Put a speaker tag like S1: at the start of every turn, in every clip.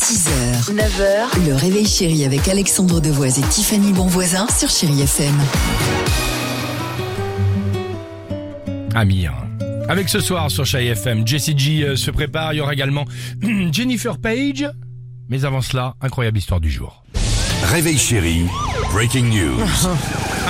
S1: 6h, 9h, le réveil chéri avec Alexandre Devoise et Tiffany Bonvoisin sur Chéri FM.
S2: Amir. hein. Avec ce soir sur Chai FM, Jessie G euh, se prépare. Il y aura également Jennifer Page. Mais avant cela, incroyable histoire du jour.
S3: Réveil chéri, breaking news.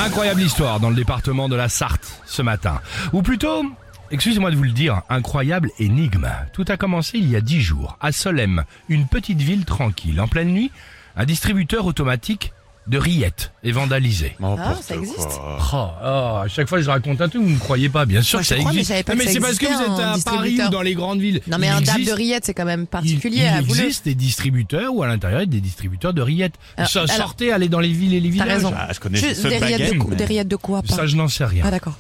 S2: Incroyable histoire dans le département de la Sarthe ce matin. Ou plutôt, excusez-moi de vous le dire, incroyable énigme. Tout a commencé il y a dix jours, à Solem, une petite ville tranquille. En pleine nuit, un distributeur automatique de rillettes est vandalisé.
S4: Oh.
S5: Ah, ça existe
S2: Oh, oh, à chaque fois je raconte un truc, vous ne me croyez pas, bien sûr
S5: Moi,
S2: que
S5: je
S2: ça
S5: crois, mais
S2: existe.
S5: j'avais pas que ça
S2: c'est parce que vous
S5: existait, un
S2: êtes à Paris
S5: distributeur.
S2: ou dans les grandes villes.
S5: Non, mais
S2: Il
S5: un dab
S2: existe-
S5: de rillettes, c'est quand même
S2: il-
S5: particulier,
S2: il
S5: à vous
S2: existe des distributeurs ou à l'intérieur des distributeurs de rillettes.
S5: Euh, Alors,
S2: Ça,
S5: alors,
S2: sortez, allez dans les villes et les
S5: T'as
S2: villages.
S5: raison.
S4: Ah, je connais
S5: Juste
S4: ce
S5: des, rillettes de,
S4: baguette,
S5: quoi-
S4: mais-
S5: des rillettes de quoi pas
S2: Ça, je n'en sais rien.
S5: Ah, d'accord.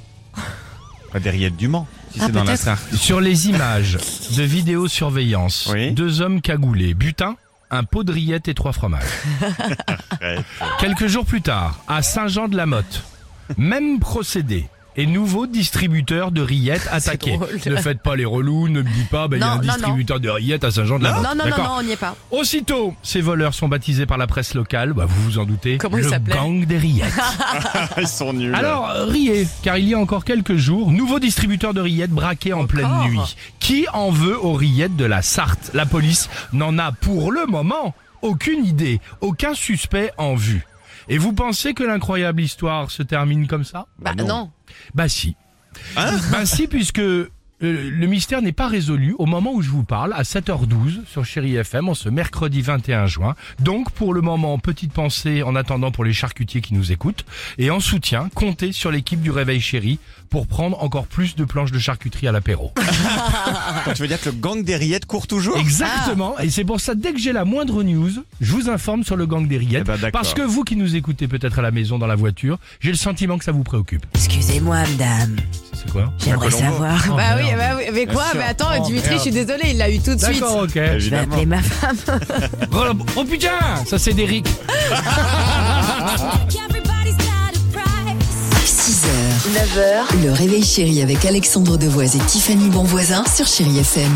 S4: Ah, des rillettes du Mans, si
S5: Ah,
S4: c'est dans la
S5: peut-être.
S4: Sarthe.
S2: Sur les images de vidéosurveillance,
S4: Oui.
S2: deux hommes cagoulés, butin, un pot de rillettes et trois fromages.
S4: Ouais.
S2: Quelques jours plus tard, à Saint-Jean-de-la-Motte, même procédé. Et nouveau distributeur de rillettes attaqué.
S5: drôle.
S2: Ne faites pas les relous, ne me dites pas, ben, il y a
S5: Non,
S2: un
S5: non, non.
S2: distributeur de rillettes à Saint-Jean-de-la-Motte.
S5: Non, non, non,
S2: D'accord.
S5: non, on n'y est pas.
S2: Aussitôt, ces voleurs sont baptisés par la presse locale, bah, vous vous en doutez,
S5: Comment ils
S2: le
S5: s'appelaient
S2: gang des rillettes.
S4: Ils sont nuls.
S2: Alors, euh, riez, car il y a encore quelques jours, nouveau distributeur de rillettes braqué en pleine nuit. Qui en veut aux rillettes de la Sarthe La police n'en a pour le moment aucune idée, aucun suspect en vue. Et vous pensez que l'incroyable histoire se termine comme ça
S5: Bah,
S4: non.
S5: non.
S2: Bah si.
S4: Hein
S2: bah si, puisque euh, le mystère n'est pas résolu au moment où je vous parle, à 7h12 sur Chéri FM, en ce mercredi 21 juin. Donc pour le moment, petite pensée en attendant pour les charcutiers qui nous écoutent. Et en soutien, comptez sur l'équipe du Réveil Chéri pour prendre encore plus de planches de charcuterie à l'apéro.
S4: Ah. Attends, tu veux dire que le gang des rillettes court toujours
S2: Exactement, et c'est pour ça, dès que j'ai la moindre news, je vous informe sur le gang des rillettes.
S4: Eh ben, d'accord.
S2: parce que vous qui nous écoutez peut-être à la maison, dans la voiture, j'ai le sentiment que ça vous préoccupe.
S1: Excusez-moi, madame,
S2: C'est quoi
S1: j'aimerais
S4: Colombo.
S1: savoir.
S2: Oh,
S5: bah oui,
S2: merde.
S5: bah oui, mais quoi
S4: sûr.
S5: Mais attends,
S2: Oh,
S5: Dimitri,
S2: merde.
S5: je suis désolé, il l'a eu tout de suite.
S2: D'accord, ok.
S1: Je vais
S4: Évidemment.
S1: appeler bah, ma femme.
S2: Roland- Oh putain, ça c'est des rics.
S1: 6h, 9h, le réveil chéri avec Alexandre Devoise et Tiffany Bonvoisin sur Chéri FM.